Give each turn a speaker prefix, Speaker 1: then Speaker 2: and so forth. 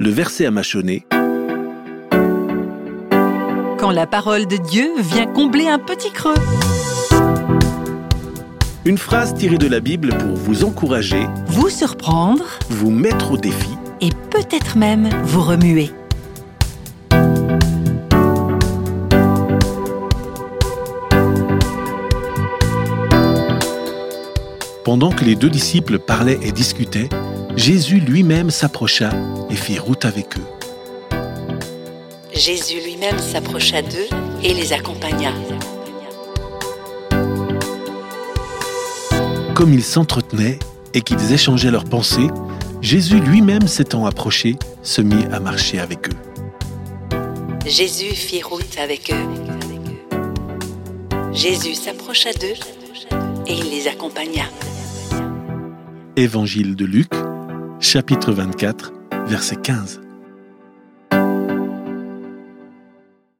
Speaker 1: Le verset à mâchonner,
Speaker 2: Quand la parole de Dieu vient combler un petit creux.
Speaker 1: une phrase tirée de la Bible pour vous encourager,
Speaker 2: Vous surprendre
Speaker 1: vous mettre au défi.
Speaker 2: et peut-être même vous remuer.
Speaker 1: Pendant que les deux disciples parlaient et discutaient, Jésus lui-même s'approcha et fit route avec eux.
Speaker 2: Jésus lui-même s'approcha d'eux et les accompagna.
Speaker 1: Comme ils s'entretenaient et qu'ils échangeaient leurs pensées, Jésus lui-même s'étant approché, se mit à marcher avec eux.
Speaker 2: Jésus fit route avec eux. Jésus s'approcha d'eux et il les accompagna.
Speaker 1: Évangile de Luc, chapitre 24, verset 15.